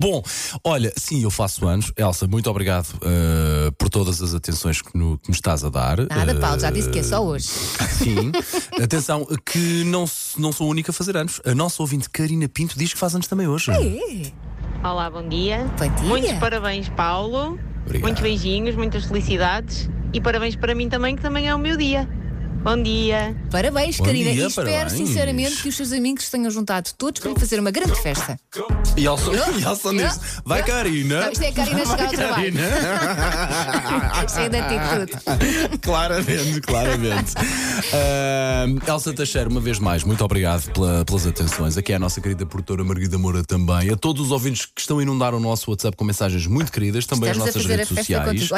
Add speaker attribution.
Speaker 1: Bom, olha, sim, eu faço anos. Elsa, muito obrigado eh, por todas as atenções que, no- que me estás a dar.
Speaker 2: Nada,
Speaker 1: Eh,
Speaker 2: Paulo, já disse que é só hoje.
Speaker 1: Sim. Atenção, que não, s- não sou a única a fazer anos. A nossa ouvinte Karina Pinto diz que faz anos também hoje.
Speaker 2: É.
Speaker 3: Olá, bom dia.
Speaker 2: Bom dia.
Speaker 3: Muitos parabéns, Paulo.
Speaker 1: Obrigado.
Speaker 3: Muitos beijinhos, muitas felicidades. E parabéns para mim também, que também é o meu dia. Bom dia.
Speaker 2: Parabéns,
Speaker 1: Bom
Speaker 2: Karina.
Speaker 1: dia,
Speaker 2: e espero
Speaker 1: parabéns.
Speaker 2: sinceramente que os seus amigos tenham juntado todos para lhe fazer uma grande festa.
Speaker 1: E Elsa, e Elsa diz: Vai, Karina.
Speaker 2: Não, isto é a Karina chegar ao trabalho. Cheia de atitude.
Speaker 1: Claramente, claramente. Ahm, Elsa Teixeira, uma vez mais, muito obrigado pela- pelas atenções. Aqui é a nossa querida produtora Margarida Moura também. A todos os ouvintes que estão a inundar o nosso WhatsApp com mensagens muito queridas, também
Speaker 2: Estamos a
Speaker 1: as nossas
Speaker 2: fazer a
Speaker 1: redes
Speaker 2: festa
Speaker 1: sociais.
Speaker 2: contigo. Olha,